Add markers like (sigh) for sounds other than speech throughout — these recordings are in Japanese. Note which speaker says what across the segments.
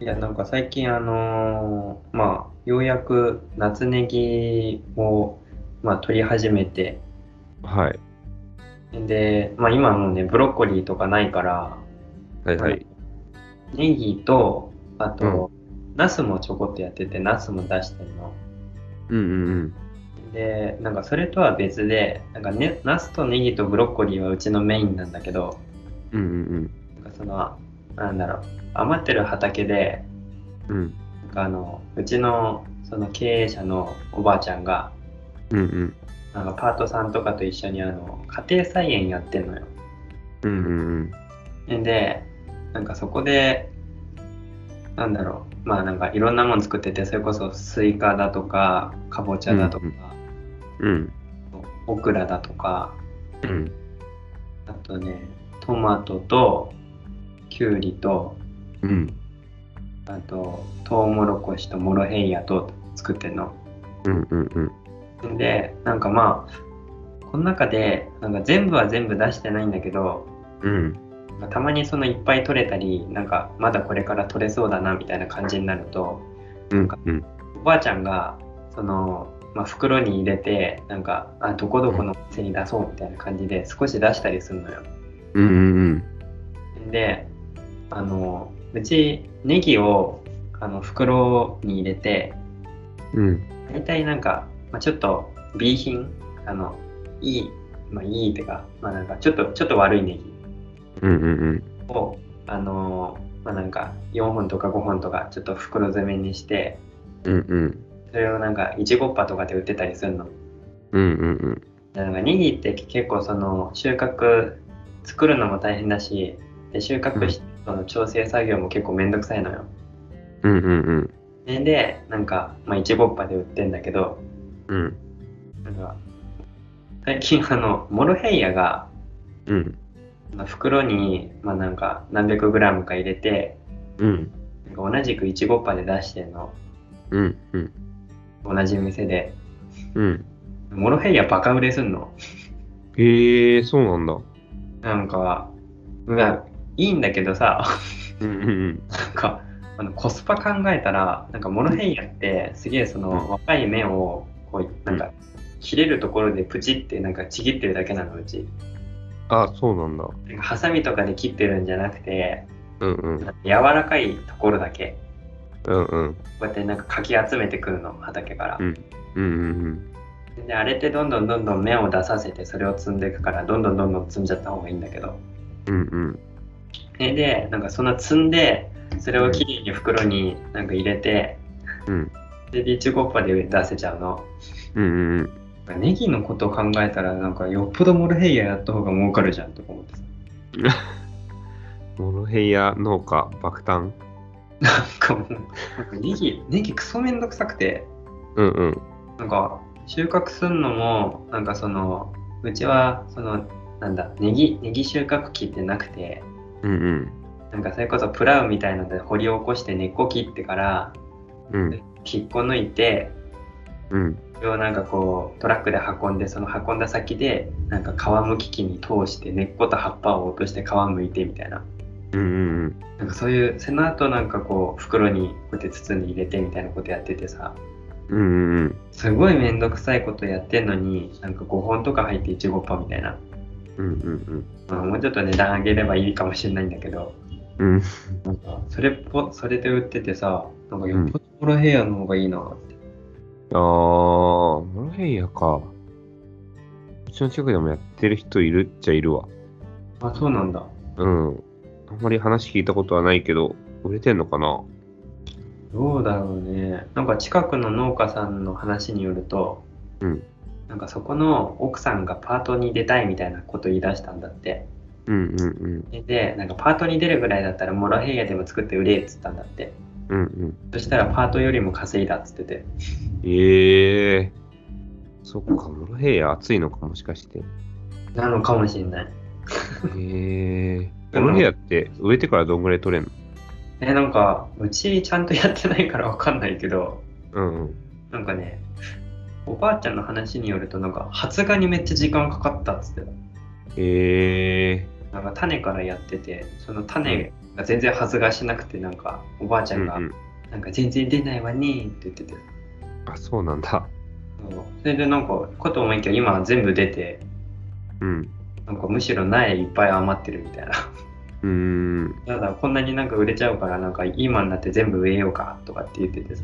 Speaker 1: いや、なんか最近あのーまあ、ようやく夏ネギを、まあ、取り始めて、
Speaker 2: はい。
Speaker 1: で、まあ今もうね、ブロッコリーとかないから、
Speaker 2: はいはい。
Speaker 1: ネギと、あと、ナスもちょこっとやってて、ナスも出してるの。
Speaker 2: うんうんうん。
Speaker 1: で、なんかそれとは別で、なんかね、ナスとネギとブロッコリーはうちのメインなんだけど、
Speaker 2: うんうん
Speaker 1: なんかその、なんだろう、余ってる畑で、
Speaker 2: うん。うん
Speaker 1: なんかあの、うちのその経営者のおばあちゃんが、
Speaker 2: うんうん。
Speaker 1: なんかパートさんとかと一緒にあの家庭菜園やってんのよ。
Speaker 2: うんうん
Speaker 1: で、なんかそこで、なんだろう、まあなんかいろんなもの作ってて、それこそスイカだとか、かぼちゃだとか、
Speaker 2: うんうん。うん
Speaker 1: オクラだとか、
Speaker 2: うん。
Speaker 1: あとね、トマトと、きゅうりと、
Speaker 2: うん
Speaker 1: あと、トウモロコシとモロヘイヤと作ってんの。
Speaker 2: うんうんうん。
Speaker 1: で、なんかまあ、この中で、なんか全部は全部出してないんだけど、
Speaker 2: うん
Speaker 1: まあたまにそのいっぱい取れたりなんかまだこれから取れそうだなみたいな感じになると
Speaker 2: うんうん。
Speaker 1: おばあちゃんがその、まあ、袋に入れてなんかあどこどこのお店に出そうみたいな感じで少し出したりするのよ。
Speaker 2: うんうん
Speaker 1: であのうちネギをあの袋に入れて
Speaker 2: うん。うん
Speaker 1: 大体なんか、まあ、ちょっと B 品あのいい、まあ、いいってか,、まあ、なんかちょっとちょっと悪いネギ
Speaker 2: うんうん
Speaker 1: を、あのーまあ、なんか4本とか5本とかちょっと袋詰めにして
Speaker 2: うんうん
Speaker 1: それをなんかいちごっぱとかで売ってたりするの。
Speaker 2: うんうんうん
Speaker 1: でなんかネギって結構その収穫作るのも大変だしで収穫しその調整作業も結構めんどくさいのよ。
Speaker 2: うんうんうん
Speaker 1: ででなんか、まあ、いちごっぱで売ってんだけど
Speaker 2: うん
Speaker 1: なんか最近あのモロヘイヤが
Speaker 2: うん
Speaker 1: あの袋に、まあ、なんか何百グラムか入れて
Speaker 2: うん
Speaker 1: なんか同じくいちごっぱで出してんの
Speaker 2: うんうん
Speaker 1: 同じ店で。
Speaker 2: うん。
Speaker 1: モロヘイヤバカ売れすんの
Speaker 2: へえ、そうなんだ。
Speaker 1: なんか、うわいいんだけどさ、 (laughs)
Speaker 2: うんうん
Speaker 1: なんか、あのコスパ考えたら、なんかモロヘイヤって、すげえその、
Speaker 2: うん
Speaker 1: 若い芽を、こう、なんか、切れるところでプチってなんかちぎってるだけなの、うち。
Speaker 2: あ、そうなんだ。
Speaker 1: なんかハサミとかで切ってるんじゃなくて、
Speaker 2: うんうん
Speaker 1: なんか柔らかいところだけ、
Speaker 2: うんうん
Speaker 1: こうやってなんかかき集めてくるの、畑から。
Speaker 2: うんうんうん
Speaker 1: で、あれってどんどんどんどん芽を出させて、それを摘んでいくから、どんどんどんどん摘んじゃった方がいいんだけど。
Speaker 2: うんうん
Speaker 1: えでなんかその積んでそれをきれいに袋になんか入れて
Speaker 2: うん
Speaker 1: でリーチゴッパで出せちゃうの
Speaker 2: うんうん。
Speaker 1: ネギのことを考えたらなんかよっぽどモルヘイヤやった方が儲かるじゃんとか思ってさ
Speaker 2: モロヘイヤ農家爆誕。
Speaker 1: なんかもうなんかネギネギクソめんどくさくて
Speaker 2: うんうん
Speaker 1: なんか収穫すんのもなんかそのうちはそのなんだネギネギ収穫機ってなくて
Speaker 2: うんうん
Speaker 1: なんかそれこそプラウみたいので掘り起こして根っこ切ってから
Speaker 2: うん
Speaker 1: 引っこ抜いて
Speaker 2: うん
Speaker 1: それをなんかこうトラックで運んでその運んだ先でなんか皮むき機に通して根っこと葉っぱを落として皮むいてみたいな
Speaker 2: うんうん
Speaker 1: なんかそういうその後なんかこう袋にこうやって包んで入れてみたいなことやっててさ
Speaker 2: うんうんうん
Speaker 1: すごい面倒くさいことやってんのになんか5本とか入っていちごっぱみたいな、
Speaker 2: うんうん
Speaker 1: まあもうちょっと値段上げればいいかもしれないんだけど
Speaker 2: うんうん
Speaker 1: なんかそれっぽそれで売っててさなんかよっぽどモロヘイヤの方がいいなって、
Speaker 2: あーモロヘイヤかうちの近くでもやってる人いるっちゃいるわ
Speaker 1: あそうなんだ
Speaker 2: うんあんまり話聞いたことはないけど売れてんのかな
Speaker 1: どうだろうね。なんか近くの農家さんの話によると、
Speaker 2: うん
Speaker 1: なんかそこの奥さんがパートに出たいみたいなこと言い出したんだって。
Speaker 2: うんうんうん
Speaker 1: で、なんかパートに出るぐらいだったらモロヘイヤでも作って売れっつったんだって。
Speaker 2: うんうん
Speaker 1: そしたらパートよりも稼いだっつってて。
Speaker 2: ええそっかモロヘイヤ熱いのかもしかして
Speaker 1: なのかもしれない。
Speaker 2: ええモロヘイヤって植えてからどんぐらい取れんの
Speaker 1: え、なんかうちちゃんとやってないからわかんないけど、
Speaker 2: うんうん
Speaker 1: なんかね、おばあちゃんの話によるとなんか発芽にめっちゃ時間かかったっつってた。
Speaker 2: ええ
Speaker 1: なんか種からやっててその種全然発芽しなくてなんかおばあちゃ
Speaker 2: うんん
Speaker 1: が
Speaker 2: うん。
Speaker 1: 「なんか全然出ないわね」って言ってて
Speaker 2: あ、そうなんだ。
Speaker 1: そうそれでなんかかと思いきや今は全部出て
Speaker 2: うん。
Speaker 1: なんかむしろ苗いっぱい余ってるみたいな (laughs)
Speaker 2: うーん。
Speaker 1: ただこんなになんか売れちゃうからなんか今になって全部植えようかとかって言ってて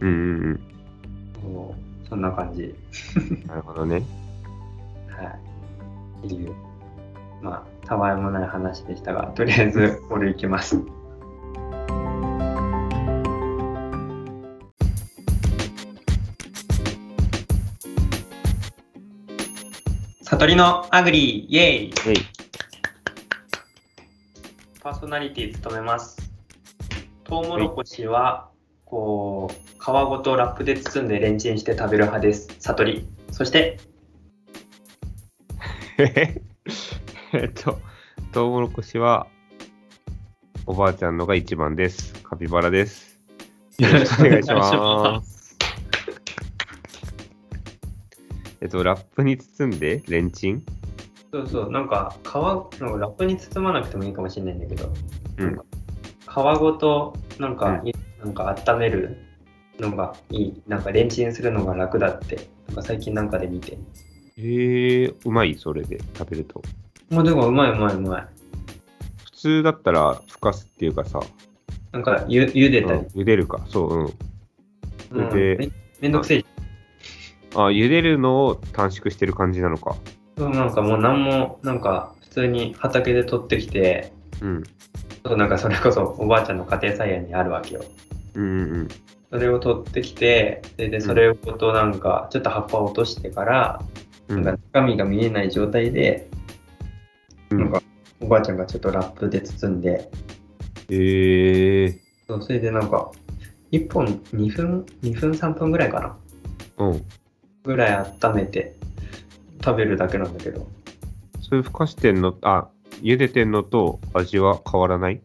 Speaker 2: うんうんうん。
Speaker 1: そうそんな感じ
Speaker 2: なるほどね。
Speaker 1: はいっていうまあたわいもない話でしたがとりあえず俺行きます悟りのアグリイエイ
Speaker 2: えい。
Speaker 1: パーソナリティ務めます。トウモロコシは、こう、皮ごとラップで包んでレンチンして食べる派です。悟り。そして、。
Speaker 2: (laughs) えっと、トウモロコシは、おばあちゃんのが一番です。カピバラです。よろしくお願いしますえっと、ラップに包んで、レンチン
Speaker 1: そうそう、なんか、皮、なんかラップに包まなくてもいいかもしれないんだけど、
Speaker 2: うん。
Speaker 1: 皮ごと、なんか、
Speaker 2: う
Speaker 1: なんか温めるのがいい。なんかレンチンするのが楽だって、なんか最近なんかで見て。
Speaker 2: えー、うまい、それで食べると。
Speaker 1: もうでも、うまいうまいうまい。
Speaker 2: 普通だったら、ふかすっていうかさ、
Speaker 1: なんか、ゆ、茹で
Speaker 2: うん
Speaker 1: たり。
Speaker 2: 茹でるか。そう、うん。
Speaker 1: うん
Speaker 2: 茹で
Speaker 1: めめんどくせえ
Speaker 2: あ、茹でるのを短縮してる感じなのか。
Speaker 1: そうなんかもう何もなんか普通に畑で取ってきて
Speaker 2: うん。
Speaker 1: そうなんかそれこそおばあちゃんの家庭菜園にあるわけよ
Speaker 2: うんうんうん。
Speaker 1: それを取ってきてででそれごとなんかちょっと葉っぱを落としてから、
Speaker 2: うん
Speaker 1: なんか中身が見えない状態で、
Speaker 2: うん
Speaker 1: なんかおばあちゃんがちょっとラップで包んで
Speaker 2: ええ
Speaker 1: そうそれでなんか1本2分2分3分ぐらいかな
Speaker 2: うん。
Speaker 1: ぐらい温めて食べるだけなんだけど
Speaker 2: それふかしてんの、あ、茹でてんのと味は変わらない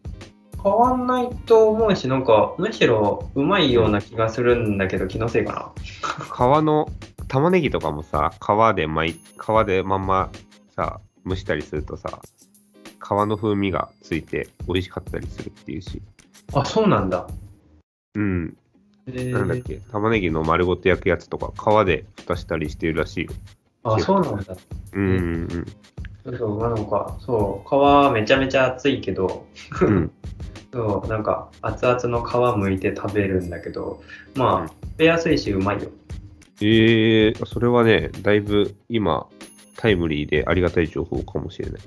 Speaker 1: 変わんないと思うしなんかむしろうまいような気がするんだけど気のせいかな
Speaker 2: 皮の、玉ねぎとかもさ、皮でまい、皮でまんまさ、蒸したりするとさ、皮の風味がついて美味しかったりするっていうし。
Speaker 1: あ、そうなんだ。
Speaker 2: うん。
Speaker 1: えー
Speaker 2: なんだっけ、玉ねぎの丸ごと焼くやつとか、皮で蓋したりしてるらしいよ。
Speaker 1: あ、そうなんだ。
Speaker 2: うんうん
Speaker 1: そうそう、なんか、そう、皮めちゃめちゃ熱いけど、
Speaker 2: うん。 (laughs) うん。
Speaker 1: そう、なんか、熱々の皮剥いて食べるんだけど、
Speaker 2: う
Speaker 1: ま
Speaker 2: ん
Speaker 1: あ、食べやすいし、うまいよ。
Speaker 2: ええそれはね、だいぶ今、タイムリーでありがたい情報かもしれない。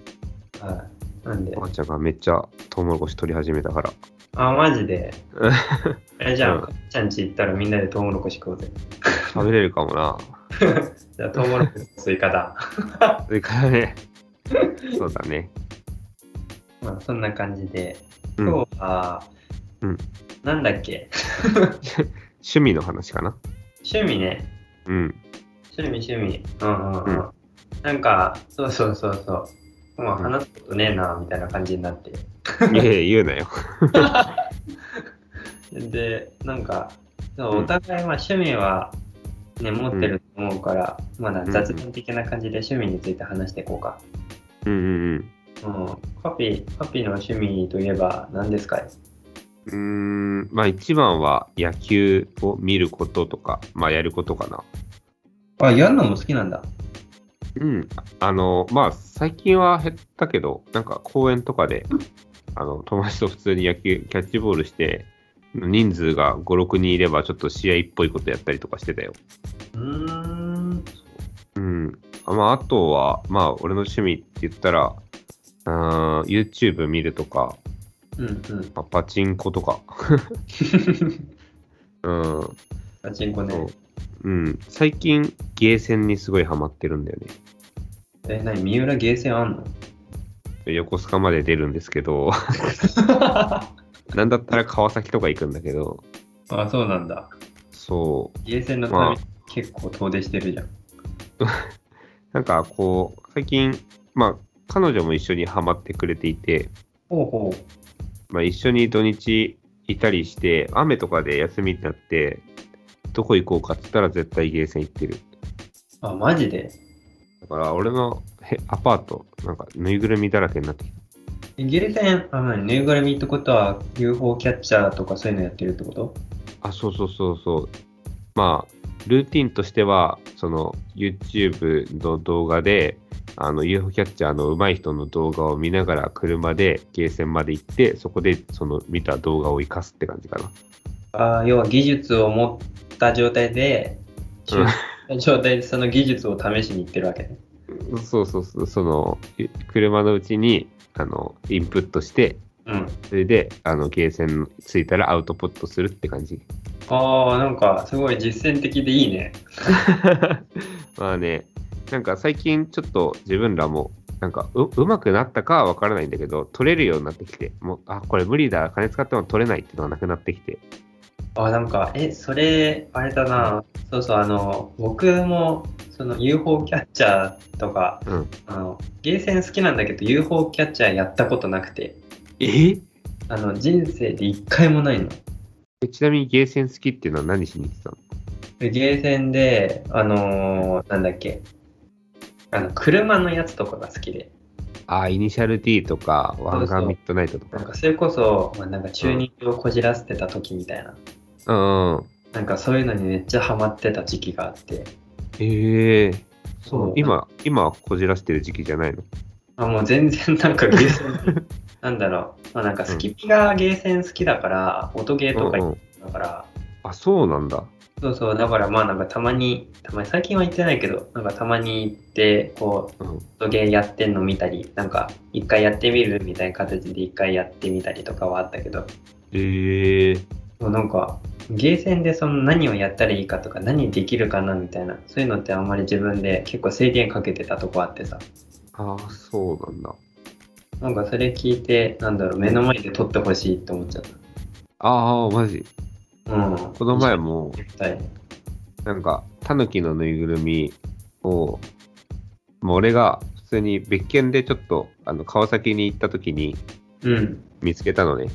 Speaker 1: はい。なんで
Speaker 2: おば、あちゃんがめっちゃトウモロコシ取り始めた (laughs) から。
Speaker 1: あ、マジで
Speaker 2: うん。
Speaker 1: あれじゃ
Speaker 2: うん
Speaker 1: ん、かっちゃん家行ったらみんなでトウモロコシ食おうぜ。
Speaker 2: 食べれるかもな。
Speaker 1: じゃあ、トウモロコシとスイカ
Speaker 2: (laughs)
Speaker 1: だ。
Speaker 2: それからね、そうだね。
Speaker 1: まあ、そんな感じで、
Speaker 2: うん、
Speaker 1: 今
Speaker 2: 趣
Speaker 1: 日は、
Speaker 2: うん
Speaker 1: なんだっけ、
Speaker 2: 味の話かな。
Speaker 1: 趣味ね。
Speaker 2: うん。
Speaker 1: 趣味趣味。うんうんう
Speaker 2: うん
Speaker 1: ん。なんか、そうそうそうそう。まあ
Speaker 2: うん
Speaker 1: 話すことねえな、みたいな感じになって。
Speaker 2: いやいや、言うなよ。
Speaker 1: で、なんか、そう
Speaker 2: うん
Speaker 1: お互いまあ趣味は、ね、持ってると思うから、まだ
Speaker 2: うん
Speaker 1: 雑談的な感じで趣味について話していこうか。
Speaker 2: うんうん
Speaker 1: うん。カピ、カピの趣味といえば何ですかい
Speaker 2: うん。うーん、まあ一番は野球を見ることとか、まあやることかな。
Speaker 1: あ、やるのも好きなんだ。
Speaker 2: うん。あの、まあ最近は減ったけど、なんか公園とかで、あの、友達と普通に野球、キャッチボールして、人数が5、6人いればちょっと試合っぽいことやったりとかしてたよ。
Speaker 1: うーん。
Speaker 2: うん。あまあ、あとは、まあ、俺の趣味って言ったら、うーん、YouTube 見るとか、
Speaker 1: うんうん。
Speaker 2: まあ、パチンコと (laughs) か。うん。
Speaker 1: パチンコ
Speaker 2: そう
Speaker 1: ね。
Speaker 2: うん。最近、ゲーセンにすごいハマってるんだよね。
Speaker 1: え、なに、三浦ゲーセンあん (laughs) の
Speaker 2: 横須賀まで出るんですけど、 (laughs) なんだったら川崎とか行くんだけど、
Speaker 1: あ、そうなんだ。
Speaker 2: そう。
Speaker 1: ゲーセンの
Speaker 2: ま
Speaker 1: た
Speaker 2: あ
Speaker 1: め結構遠出してるじゃん。
Speaker 2: なんか、こう、最近、まあ、彼女も一緒にハマってくれていて、
Speaker 1: ほうほう。
Speaker 2: まあ、一緒に土日いたりして、雨とかで休みになって、どこ行こうかって言ったら絶対ゲーセン行ってる。
Speaker 1: あ、マジで
Speaker 2: だから俺のへアパート、なんかぬいぐるみだらけになってきた。
Speaker 1: ゲルテン、あ、まあ、ぬいぐるみってことは UFO キャッチャーとかそういうのやってるってこと
Speaker 2: あ、そうそうそうそう。まあ、ルーティンとしては、その YouTube の動画で、あの UFO キャッチャーの上手い人の動画を見ながら車でゲーセンまで行って、そこでその見た動画を生かすって感じかな。
Speaker 1: あー要は技術を持った状態で、
Speaker 2: う
Speaker 1: (laughs)
Speaker 2: ん
Speaker 1: 状態でその技術を試しに行ってるわけね。
Speaker 2: そうそうそう、そのい車のうちにあのインプットして、
Speaker 1: うん。
Speaker 2: それであのゲーセンついたらアウトプットするって感じ。
Speaker 1: ああ、なんかすごい実践的でいいね。
Speaker 2: (laughs) まあね、なんか最近ちょっと自分らも、なんかううまくなったかは分からないんだけど、取れるようになってきて、もう、あ、これ無理だ、金使っても取れないっていうのがなくなってきて。
Speaker 1: あーなんか、え、それ、あれだな。そうそう、あの、僕も、その UFO キャッチャーとか、
Speaker 2: うん。
Speaker 1: あの、ゲーセン好きなんだけど UFO キャッチャーやったことなくて、
Speaker 2: え
Speaker 1: あの、人生で一回もないの。
Speaker 2: ちなみにゲーセン好きっていうのは何しに行ってたの
Speaker 1: でゲーセンで、あのーなんだっけ、あの、車のやつとかが好きで、
Speaker 2: あ、イニシャル D とか、ワンガンミッドナイトと
Speaker 1: なん
Speaker 2: か。
Speaker 1: かそれこそ、まあ、なんかチューニングをこじらせてた時みたいな、
Speaker 2: うんうん。
Speaker 1: なんかそういうのにめっちゃハマってた時期があって、
Speaker 2: ええ
Speaker 1: そう
Speaker 2: 今、今はこじらしてる時期じゃないの
Speaker 1: あもう全然なん (laughs) かゲーセン、なんだろう、まあ、なんかスキピがゲーセン好きだから、音ゲーとか
Speaker 2: うん
Speaker 1: 行
Speaker 2: う
Speaker 1: っ
Speaker 2: ん。
Speaker 1: てたから、
Speaker 2: あ、そうなんだ。
Speaker 1: そうそう、だからまあなんかたまに、たまに、最近は行ってないけど、なんかたまに行って、こう、
Speaker 2: うん。
Speaker 1: 音ゲーやってんの見たり、なんか一回やってみるみたいな形で一回やってみたりとかはあったけど、
Speaker 2: ええ
Speaker 1: もうなんかゲーセンでその何をやったらいいかとか何できるかなみたいな、そういうのってあんまり自分で結構制限かけてたとこあってさ、
Speaker 2: ああ、そうなんだ。
Speaker 1: なんかそれ聞いて、なんだろう、目の前で撮ってほしいって思っちゃっ
Speaker 2: ああ、マジ。
Speaker 1: た。うん。
Speaker 2: この前も、
Speaker 1: 絶対に。
Speaker 2: なんか、タヌキのぬいぐるみを、もう俺が普通に別件でちょっと、あの、川崎に行った時に
Speaker 1: うん。
Speaker 2: 見つけたのね。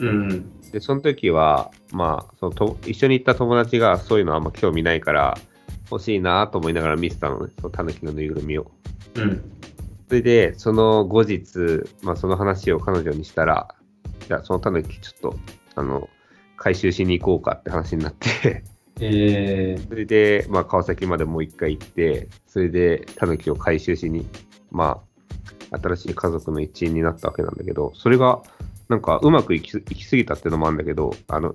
Speaker 1: うん。
Speaker 2: で、その時は、まあ、そのと一緒に行った友達がそういうのあんま興味ないから、欲しいなと思いながら見てたのね、そのタヌキのぬいぐるみを。
Speaker 1: うん。
Speaker 2: それで、その後日、まあ、その話を彼女にしたら、じゃあ、そのタヌキちょっと、あの、回収しに行こうかって話になって、
Speaker 1: えー、
Speaker 2: それで、まあ、川崎までもう一回行って、それで、タヌキを回収しに、まあ、新しい家族の一員になったわけなんだけど、それが、なんか、うまくいきすいきすぎたってのもあるんだけど、あの、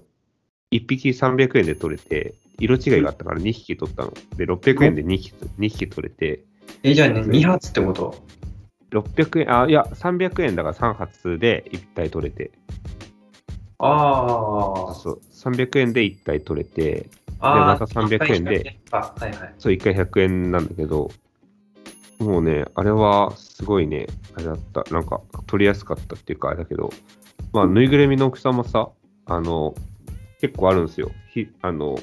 Speaker 2: 1匹300円で取れて、色違いがあったから2匹取ったの。で、600円で2匹、2匹取れて、
Speaker 1: え、じゃあね、2発ってこと
Speaker 2: 600円、あ、いや、300円だから3発で1体取れて、
Speaker 1: ああ。
Speaker 2: そう、300円で1体取れて、
Speaker 1: あー
Speaker 2: また300円で。
Speaker 1: あ、はいはい。
Speaker 2: そう、1回100円なんだけど、もうね、あれはすごいね、あれだった、なんか取りやすかったっていうか、あれだけど、まあ、ぬいぐるみの大きさもさ、あの、結構あるんですよ。ひあの、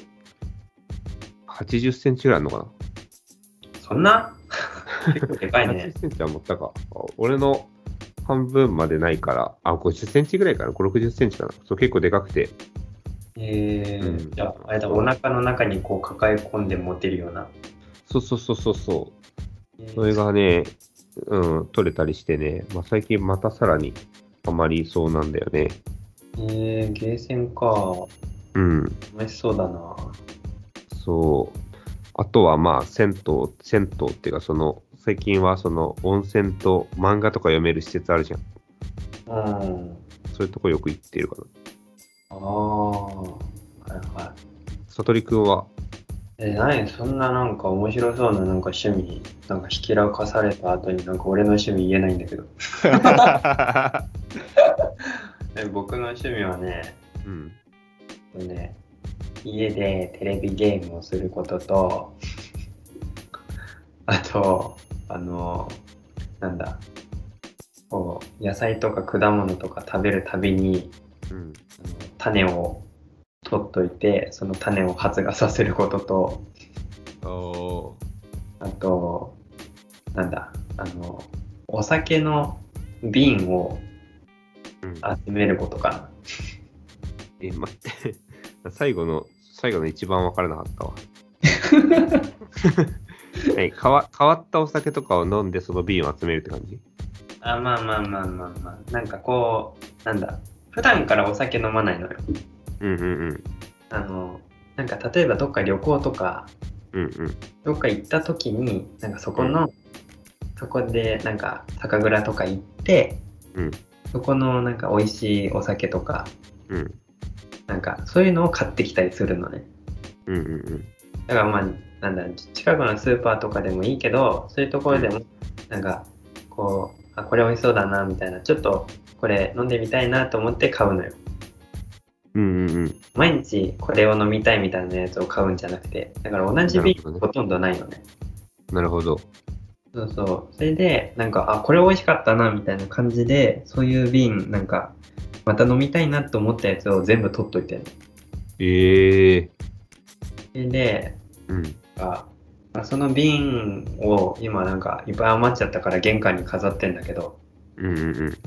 Speaker 2: 80センチぐらいあるのか
Speaker 1: そん
Speaker 2: (laughs)
Speaker 1: な結構でかい
Speaker 2: な、
Speaker 1: ね。
Speaker 2: ?80 センチは持ったか。あ俺の半分までないから、あ、50センチぐらいかな、5、60センチかな。そう、結構でかくて、
Speaker 1: えー
Speaker 2: うん
Speaker 1: じゃあ、あれだ、お腹の中にこう抱え込んで持てるような。
Speaker 2: そうそうそうそうそう、
Speaker 1: えー
Speaker 2: それがね、うん、取れたりしてね、まあ、最近またさらにハマりそうなんだよね。
Speaker 1: えーゲーセンか。
Speaker 2: うん、
Speaker 1: 楽しそうだな。
Speaker 2: そう。あとはまあ、銭湯、銭湯っていうか、その、最近はその温泉と漫画とか読める施設あるじゃん。
Speaker 1: うん。
Speaker 2: そういうとこよく行ってるかな。
Speaker 1: ああ。はいはい。
Speaker 2: さとりくんは、
Speaker 1: え、何そんななんか面白そうななんか趣味、なんかひきらかされた後になんか俺の趣味言えないんだけど。え僕の趣味はね、
Speaker 2: うん。
Speaker 1: えっとね、家でテレビゲームをすることと、あと、あの、なんだ、こう、野菜とか果物とか食べるたびに、
Speaker 2: うん。
Speaker 1: あの種を取っといて、その種を発芽させることと、
Speaker 2: お
Speaker 1: あと、なんだ、あの、お酒の瓶を
Speaker 2: うん、
Speaker 1: 集めることかな。
Speaker 2: え、待って。 (laughs) 最後の、最後の一番分からなかったわ。え変わ変わったお酒とかを飲んでその瓶を集めるって感じ
Speaker 1: あ、まあまあまあまあまあ。なんかこう、なんだ。普段からお酒飲まないのよ。
Speaker 2: うんうん
Speaker 1: あの、なんか例えばどっか旅行とか、
Speaker 2: うん。うんうん。
Speaker 1: どっか行った時に、なんかそこの、そこでなんか酒蔵とか行って、
Speaker 2: うん
Speaker 1: そこのなんか美味しいお酒とか、
Speaker 2: うん
Speaker 1: なんかそういうのを買ってきたりするのね。
Speaker 2: うんうん
Speaker 1: だからまあ、なんだ、近くのスーパーとかでもいいけど、そういうところでも、なんか、こう、あ、これ美味しそうだな、みたいな、ちょっとこれ飲んでみたいなと思って買うのよ。
Speaker 2: うんうんうん。
Speaker 1: 毎日これを飲みたいみたいなやつを買うんじゃなくて、だから同じビールほとんどないのね。
Speaker 2: なるほど。
Speaker 1: そうそう。それで、なんか、あ、これ美味しかったな、みたいな感じで、そういう瓶、なんか、また飲みたいなと思ったやつを全部取っといてる。
Speaker 2: ええ
Speaker 1: それで、
Speaker 2: うん。
Speaker 1: あまあその瓶を今なんかいっぱい余っちゃったから玄関に飾ってんだけど、
Speaker 2: うんうんうん。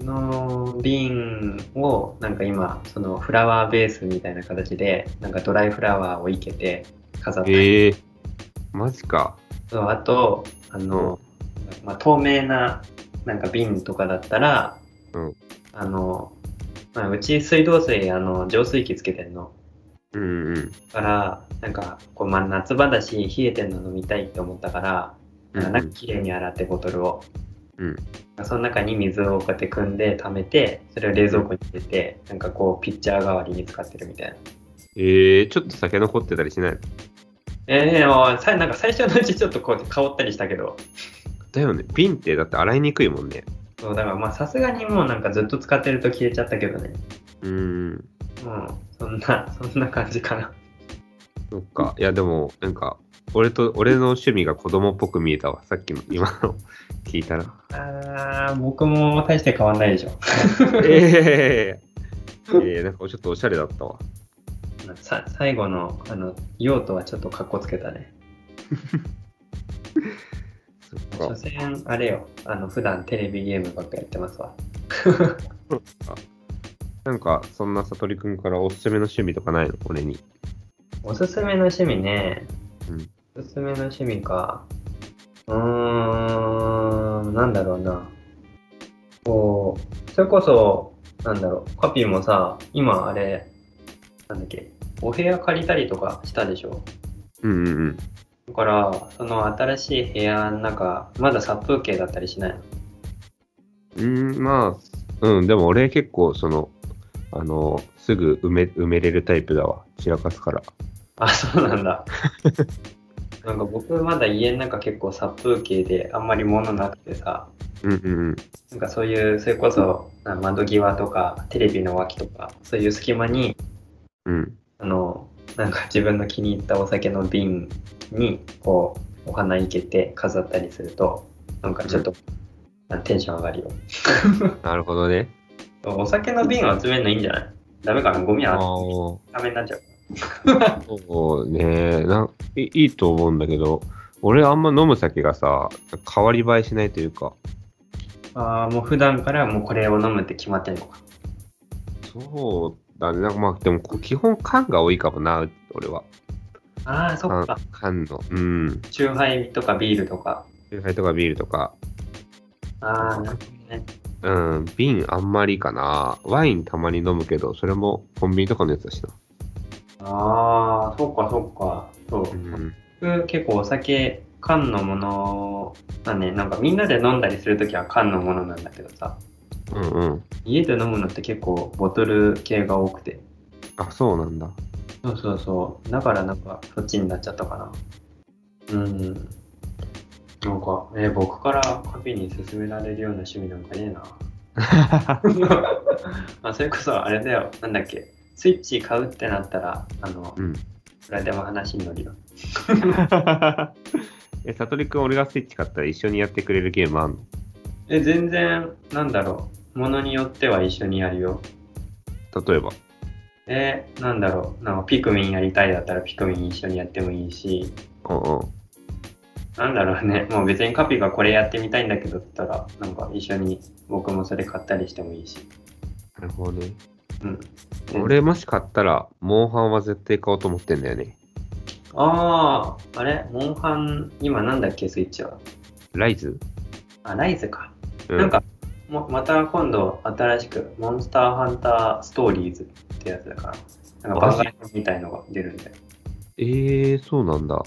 Speaker 1: その瓶をなんか今、そのフラワーベースみたいな形で、なんかドライフラワーを生けて飾ったり
Speaker 2: ええマジか。
Speaker 1: そうあとあの、まあ、透明ななんか瓶とかだったら、
Speaker 2: うん
Speaker 1: あのまあ、うち水道水あの浄水器つけてんの
Speaker 2: うんうん。
Speaker 1: だからなんかこう、まあ、夏場だし冷えてんの飲みたいって思ったから
Speaker 2: うん
Speaker 1: なんか綺麗に洗ってボトルを、
Speaker 2: うん
Speaker 1: その中に水をこうやって汲んで溜めてそれを冷蔵庫に入れてなんかこうピッチャー代わりに使ってるみたいな。
Speaker 2: ええちょっと酒残ってたりしない
Speaker 1: えー、おいさなんか最初のうちちょっとこうやって香ったりしたけど
Speaker 2: だよね。瓶ってだって洗いにくいもんね。
Speaker 1: そうだからまあさすがにもうなんかずっと使ってると消えちゃったけどね
Speaker 2: うん。
Speaker 1: うん、そんな、そんな感じかな。
Speaker 2: そっか。いや、でも、なんか、俺と、俺の趣味が子供っぽく見えたわ。さっきの、今の聞いた (laughs) ら。
Speaker 1: あー、僕も大して変わんないでしょ。
Speaker 2: ええええなんかちょっとおしゃれだったわ。
Speaker 1: さ最後の、あの、用途はちょっとかっこつけたね。
Speaker 2: そっ
Speaker 1: 所
Speaker 2: か。
Speaker 1: 詮、あれよ、あの、普段テレビゲームばっかやってますわ。
Speaker 2: なんか、そんなさとりくんからおすすめの趣味とかないの俺に。
Speaker 1: おすすめの趣味ね。
Speaker 2: うん
Speaker 1: おすすめの趣味か。うーん、なんだろうな。こう、それこそ、なんだろう、カピーもさ、今あれ、なんだっけ、お部屋借りたりとかしたでしょ
Speaker 2: うんうんうん。
Speaker 1: だから、その新しい部屋の中、まだ殺風景だったりしないの
Speaker 2: うん、まあ、うん、でも俺結構、その、あの、すぐ埋め埋めれるタイプだわ。散らかすから。
Speaker 1: あ、そうなん
Speaker 2: (laughs)
Speaker 1: だ。なんか僕まだ家の中結構殺風景であんまり物なくてさ、
Speaker 2: うんうんうん。
Speaker 1: なんかそういう、それこそな窓際とかテレビの脇とか、そういう隙間に、
Speaker 2: うん。
Speaker 1: あの、なんか自分の気に入ったお酒の瓶に、こう、お花いけて飾ったりすると、なんかちょっと、テンション上がるよ。
Speaker 2: なるほどね。
Speaker 1: お酒の瓶を集めるのいいんじゃないダメかなゴミ
Speaker 2: ああ
Speaker 1: は
Speaker 2: ー。
Speaker 1: ダメになっちゃう。
Speaker 2: そうねない。いいと思うんだけど、俺あんま飲む酒がさ、変わり映えしないというか、
Speaker 1: ああ、もう普段からもうこれを飲むって決まってんのか。
Speaker 2: そうだね。なんかまあ、でもこ基本缶が多いかもな、俺は。
Speaker 1: ああ、そっ
Speaker 2: 缶
Speaker 1: か。
Speaker 2: 缶の。うん。
Speaker 1: チューハイとかビールとか。
Speaker 2: チューハイとかビールとか。
Speaker 1: ああ、なるほどね。
Speaker 2: うん。瓶あんまりかな。ワインたまに飲むけど、それもコンビニとかのやつだしな。
Speaker 1: ああ、そっかそっか。そうう。
Speaker 2: ん。
Speaker 1: 僕結構お酒、缶のものはね、なんかみんなで飲んだりするときは缶のものなんだけどさ、
Speaker 2: うんうん。
Speaker 1: 家で飲むのって結構ボトル系が多くて。
Speaker 2: あ、そうなん (laughs) だ。
Speaker 1: そうそうそう。だからなんかそっちになっちゃったかな。うん。なんか、えー僕からカフェに勧められるような趣味なんかねえ (laughs) な。まあそれこそあれだよ、なんだっけ、スイッチ買うってなったら、あの、
Speaker 2: うん。
Speaker 1: いくらでも話に乗るよ。
Speaker 2: (laughs) え、さとりくん、俺がスイッチ買ったら一緒にやってくれるゲームあんの
Speaker 1: え、全然、なんだろう、ものによっては一緒にやるよ。
Speaker 2: 例えば。
Speaker 1: えーなんだろう、なんかピクミンやりたいだったらピクミン一緒にやってもいいし、
Speaker 2: うんうん。
Speaker 1: なんだろうね、 (laughs) もう別にカピがこれやってみたいんだけどって言ったら、なんか一緒に僕もそれ買ったりしてもいいし。
Speaker 2: なるほどね。
Speaker 1: うん。
Speaker 2: 俺もし買ったら、モンハンは絶対買おうと思ってんだよね。
Speaker 1: ああ、あれモンハン、今なんだっけ、スイッチは。
Speaker 2: ライズ
Speaker 1: あ、ライズか。
Speaker 2: うん
Speaker 1: なんかも、また今度新しく、モンスターハンターストーリーズってやつだから、なんか番外編みたいのが出るんだよ。
Speaker 2: ええそうなんだ。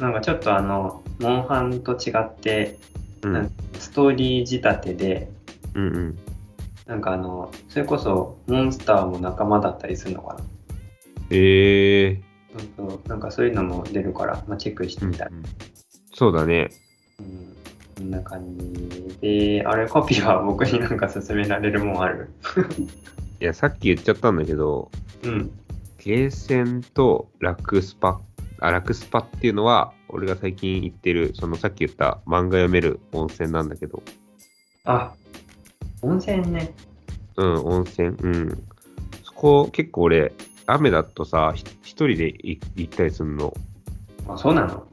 Speaker 1: なんかちょっとあの、モンハンと違って、
Speaker 2: う
Speaker 1: なん
Speaker 2: ん。
Speaker 1: ストーリー仕立てで、
Speaker 2: うんうん。
Speaker 1: なんかあの、それこそモンスターも仲間だったりするのかな。
Speaker 2: ええ
Speaker 1: そうそうなんかそういうのも出るから、まあ、チェックして
Speaker 2: うん
Speaker 1: みたい。
Speaker 2: そうだね。
Speaker 1: うん、こんな感じで、あれ、コピーは (laughs) 僕になんか勧められるもんある。
Speaker 2: いや、さっき言っちゃったんだけど、
Speaker 1: うん。
Speaker 2: ゲーセンとラクスパ、あ、ラクスパっていうのは、俺が最近行ってる、そのさっき言った漫画読める温泉なんだけど、
Speaker 1: あ、温泉ね。
Speaker 2: うん、温泉、うん。そこ結構俺、雨だとさ、ひ一人でい行ったりするの。
Speaker 1: あ、そうなの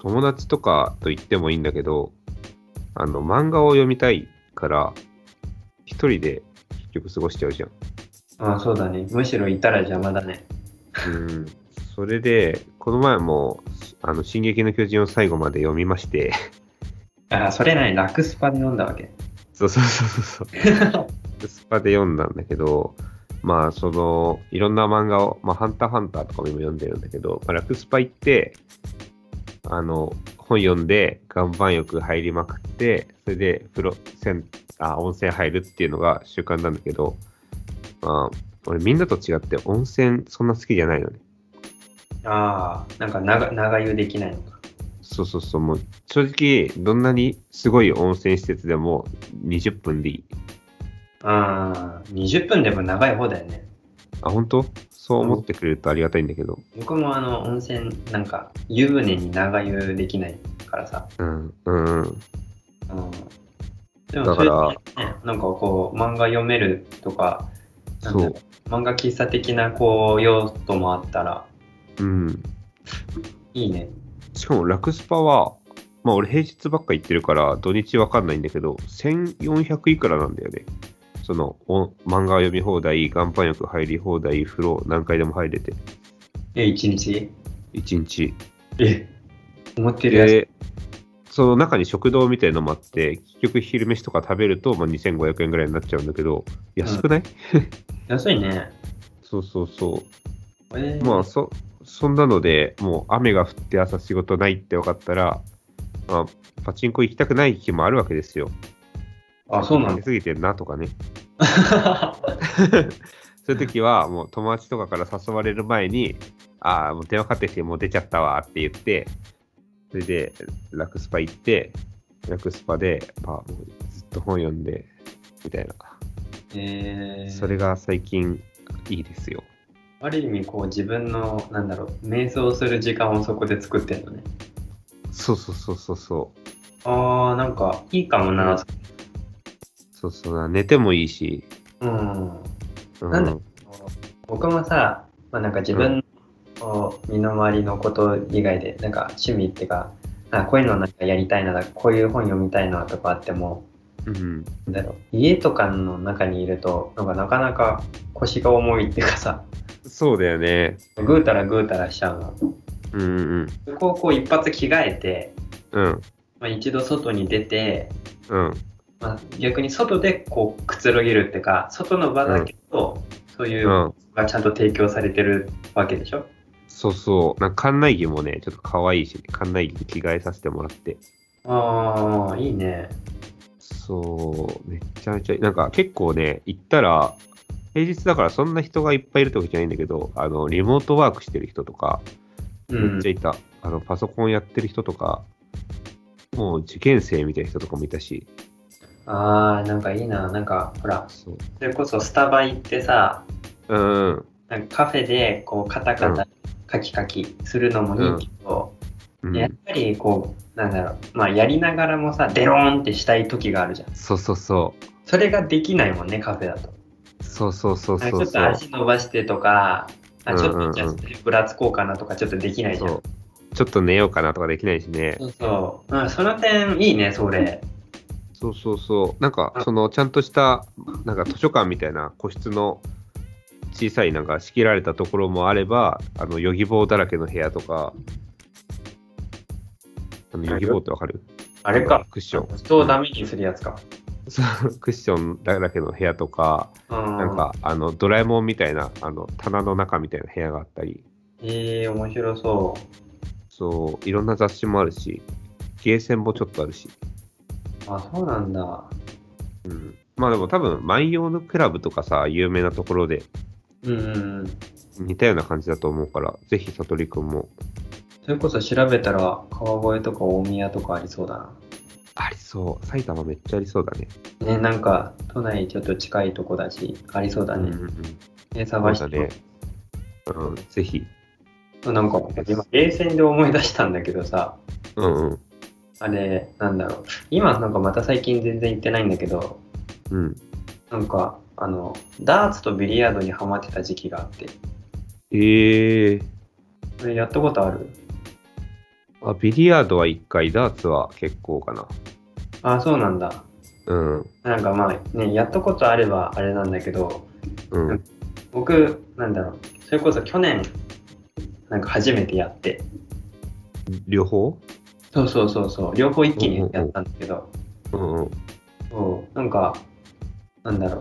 Speaker 2: 友達とかと行ってもいいんだけど、あの、漫画を読みたいから、一人で結局過ごしちゃうじゃん。
Speaker 1: あ、そうだね。むしろいたら邪魔だね。
Speaker 2: うん、それで、この前も、あの、進撃の巨人を最後まで読みまして、
Speaker 1: あ、それなにラクスパで飲んだわけ。 (laughs)
Speaker 2: そうそうそうそうそう、スパで読んだんだけど、まあ、その、いろんな漫画を、まあ、ハンターハンターとかも今読んでるんだけど、まあ、ラクスパ行って、あの、本読んで、岩盤浴入りまくって、それで、風呂、せんあ、温泉入るっていうのが習慣なんだけど、まあ、俺みんなと違って温泉そんな好きじゃないのね。
Speaker 1: ああ、なんか長長湯できないのか。
Speaker 2: そうそうそう、もう正直、どんなにすごい温泉施設でも20分でいい。
Speaker 1: ああ、20分でも長い方だよね。
Speaker 2: あ、本当そう思ってくれるとありがたいんだけど。
Speaker 1: 僕もあの温泉、なんか湯船に長湯できないからさ。
Speaker 2: うん、うん。
Speaker 1: うんでも
Speaker 2: だ
Speaker 1: そ
Speaker 2: か
Speaker 1: れ
Speaker 2: ら
Speaker 1: ってね、なんかこう漫画読めるとか、なんだ
Speaker 2: そう。
Speaker 1: 漫画喫茶的なこう用途もあったら
Speaker 2: うん。
Speaker 1: いいね。
Speaker 2: しかも、ラクスパは、まあ俺平日ばっか行ってるから、土日わかんないんだけど、1400いくらなんだよね。その、お漫画読み放題、岩盤浴入り放題、風呂何回でも入れて、
Speaker 1: え、1日
Speaker 2: 1日。
Speaker 1: え思ってるやつ。
Speaker 2: で、その中に食堂みたいのもあって、結局昼飯とか食べると、まあ、2500円ぐらいになっちゃうんだけど、安くない、
Speaker 1: 安いね。
Speaker 2: そうそうそ
Speaker 1: え
Speaker 2: う。まあそ、そんなので、もう雨が降って朝仕事ないって分かったら、まあ、パチンコ行きたくない日もあるわけですよ。
Speaker 1: あ、そうな
Speaker 2: 負
Speaker 1: ん
Speaker 2: け
Speaker 1: だ。
Speaker 2: すぎてるなと
Speaker 1: (laughs)
Speaker 2: かね。 (laughs) そういう時は、もう友達とかから誘われる前に、ああ、もう電話かかってきて、もう出ちゃったわって言って、それで、ラクスパ行って、ラクスパで、まあ、もうずっと本読んで、みたいな。
Speaker 1: えー
Speaker 2: それが最近いいですよ。
Speaker 1: ある意味こう自分のなんだろう瞑想する時間をそこで作ってるのね。
Speaker 2: そうそうそうそうそう。
Speaker 1: ああ、なんかいいかもな。
Speaker 2: そうそうだ、寝てもいいし。
Speaker 1: うん。
Speaker 2: う
Speaker 1: なんだ僕もさ、まあ、なんか自分の身の回りのこと以外で、なんか趣味っていうか、あこういうのなんかやりたいな、こういう本読みたいなとかあっても、
Speaker 2: うん。
Speaker 1: なんだろう家とかの中にいると、なんかなかなか腰が重いっていうかさ、
Speaker 2: そうだよね。
Speaker 1: ぐうたらぐうたらしちゃうの。
Speaker 2: うんうん
Speaker 1: そこをこう一発着替えて、
Speaker 2: うん。うん
Speaker 1: まあ、一度外に出て、
Speaker 2: うん。。
Speaker 1: まあ、逆に外でこうくつろげるっていうか、外の場だけど、そういううんがちゃんと提供されてるわけでしょ。
Speaker 2: そうそう。なんか館内着もね、ちょっと可愛いし、館内着に着替えさせてもらって。
Speaker 1: ああ、いいね。
Speaker 2: そう、めっちゃめちゃいい、なんか結構ね、行ったら、平日だからそんな人がいっぱいいるってわけじゃないんだけど、あの、リモートワークしてる人とか、
Speaker 1: う
Speaker 2: め
Speaker 1: ん
Speaker 2: っちゃいた。あの、パソコンやってる人とか、もう受験生みたいな人とかもいたし、
Speaker 1: ああ、なんかいいな。なんか、ほら、
Speaker 2: そう。
Speaker 1: それこそスタバ行ってさ、
Speaker 2: うんうん。
Speaker 1: なんかカフェで、こう、カタカ
Speaker 2: う
Speaker 1: タ、カキカキするのもいいけど、
Speaker 2: うん
Speaker 1: やっぱり、こう、なんだろう、まあ、やりながらもさ、デローンってしたい時があるじゃん。
Speaker 2: そうそうそ
Speaker 1: それができないもんね、カフェだと。
Speaker 2: う。そうそうそう
Speaker 1: なん
Speaker 2: そ
Speaker 1: か
Speaker 2: う
Speaker 1: ちょっと
Speaker 2: そう。
Speaker 1: 足伸ばしてとか、あちょっ
Speaker 2: うんう
Speaker 1: と
Speaker 2: んうん
Speaker 1: じゃあ、ぶらつこうかなとか、ちょっとできないじ
Speaker 2: そ
Speaker 1: ゃん。そうう
Speaker 2: ちょっと寝ようかなとかできないしね。
Speaker 1: そううん、その点、いいね、それ。
Speaker 2: そうそうそう。なんか、その、ちゃんとした、なんか図書館みたいな個室の小さい、なんか仕切られたところもあれば、あの、ヨギボーだらけの部屋とか、あの、ヨギボーってわかる
Speaker 1: あれ
Speaker 2: あの
Speaker 1: か。
Speaker 2: クッション。 (laughs)
Speaker 1: 人をダメにするやつか。
Speaker 2: そうクッションだらけの部屋とか、
Speaker 1: な
Speaker 2: なんか、あの、ドラえもんみたいな、あの、棚の中みたいな部屋があったり、
Speaker 1: ええー、面白そ
Speaker 2: そう、いろんな雑誌もあるし、ゲーセンもちょっとあるし、
Speaker 1: う。あ、そうなんだ。
Speaker 2: うん。まあでも多分、万葉のクラブとかさ、有名なところで
Speaker 1: うんうんうん。
Speaker 2: 似たような感じだと思うから、ぜひ、さとりくんも。
Speaker 1: それこそ調べたら、川越とか大宮とかありそうだ
Speaker 2: ありそう。埼玉めっちゃありそうだね。
Speaker 1: な。ね、なんか、都内ちょっと近いとこだし、ありそうだね。
Speaker 2: うんうん。
Speaker 1: ね、探し
Speaker 2: そう
Speaker 1: て。
Speaker 2: だね。うん、ぜひ。
Speaker 1: なんか、今、冷戦で思い出したんだけどさ、
Speaker 2: うんうん。
Speaker 1: あれ、なんだろう。今、なんかまた最近全然行ってないんだけど、
Speaker 2: うん。
Speaker 1: なんか、あの、ダーツとビリヤードにハマってた時期があって、
Speaker 2: ええ
Speaker 1: これやったことある
Speaker 2: あ、ビリヤードは1回、ダーツは結構かな。
Speaker 1: あ、そうなんだ。
Speaker 2: うん。
Speaker 1: なんかまあ、ね、やったことあればあれなんだけど、
Speaker 2: うん。
Speaker 1: 僕、なんだろう。それこそ去年、なんか初めてやって、
Speaker 2: 両方
Speaker 1: そうそうそうそう、両方一気にやったんだけど、
Speaker 2: うんうん。
Speaker 1: そう、なんか、なんだろう。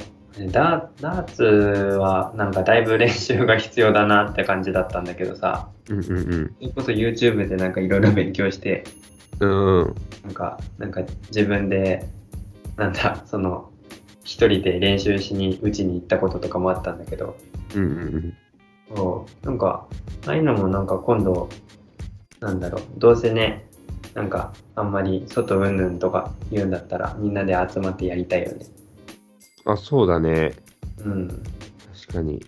Speaker 1: ダーダーツはなんかだいぶ練習が必要だなって感じだったんだけどさ、
Speaker 2: うんうん
Speaker 1: それこそ YouTube でなんかいろいろ勉強して、
Speaker 2: うん。うんうん。
Speaker 1: なんか、なんか自分で、なんだ、その、一人で練習しに、打ちに行ったこととかもあったんだけど、
Speaker 2: うんうん
Speaker 1: そう、なんか、ああいうのもなんか今度、なんだろう、どうせね、なんか、あんまり外うんぬんとか言うんだったら、みんなで集まってやりたいよね。
Speaker 2: あ、そうだね。
Speaker 1: うん。
Speaker 2: 確かに。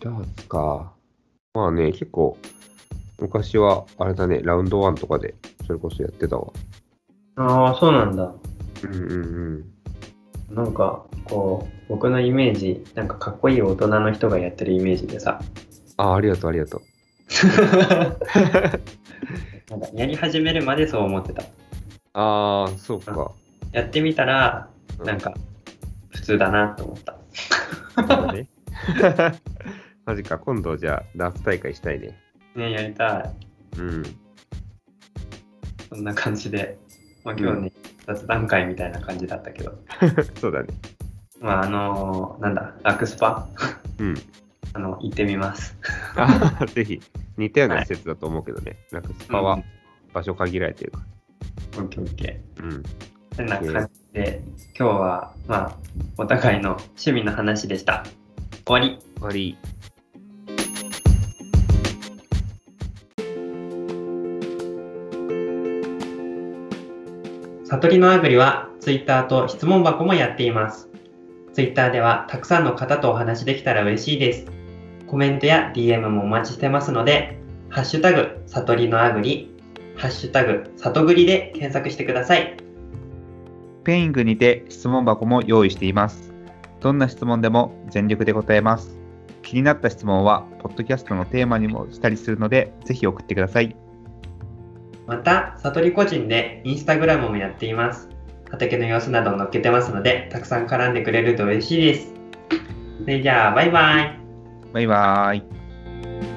Speaker 2: ダーツか。まあね、結構、昔は、あれだね、ラウンドワンとかで、それこそやってたわ。
Speaker 1: ああ、そうなんだ。
Speaker 2: うんうん
Speaker 1: なんか、こう、僕のイメージ、なんかかっこいい大人の人がやってるイメージでさ、
Speaker 2: あ、ありがとう、ありがとう。
Speaker 1: なんかやり始めるまでそう思ってた。
Speaker 2: ああ、そうか。
Speaker 1: やってみたら、
Speaker 2: う
Speaker 1: なん、か、普通だなと思った。
Speaker 2: なるほどね (laughs) マジか、今度じゃあ、ダーツ大会したいね。
Speaker 1: ね、やりたい。
Speaker 2: うん。
Speaker 1: そんな感じで、まあ今日ね、雑談会みたいな感じだったけど、
Speaker 2: そうだね。
Speaker 1: まああのーなんだ、ラクスパ (laughs)
Speaker 2: うん。
Speaker 1: あの、行ってみ (laughs) ます。
Speaker 2: あ (laughs) ぜひ、似たような
Speaker 1: はい
Speaker 2: 施設だと思うけどね。ラクスパは
Speaker 1: うん
Speaker 2: 場所限られてるか
Speaker 1: オッケーオッケ
Speaker 2: ら。うん。
Speaker 1: ー。そんな感じで、今日は、まあ、お互いの趣味の話でした。終わり。
Speaker 2: 終わり。
Speaker 1: 悟りのアグリは Twitter と質問箱もやっています。Twitter ではたくさんの方とお話できたら嬉しいです。コメントや DM もお待ちしてますので、ハッシュタグ、悟りのアグリ、ハッシュタグ、悟ぐりで検索してください。
Speaker 3: ペイングにて質問箱も用意しています。どんな質問でも全力で答えます。気になった質問は、ポッドキャストのテーマにもしたりするので、ぜひ送ってください。
Speaker 1: また、悟り個人で Instagram もやっています。畑の様子など載っけてますので、たくさん絡んでくれると嬉しいです。それじゃあ、バイバイ。
Speaker 3: バイバーイ。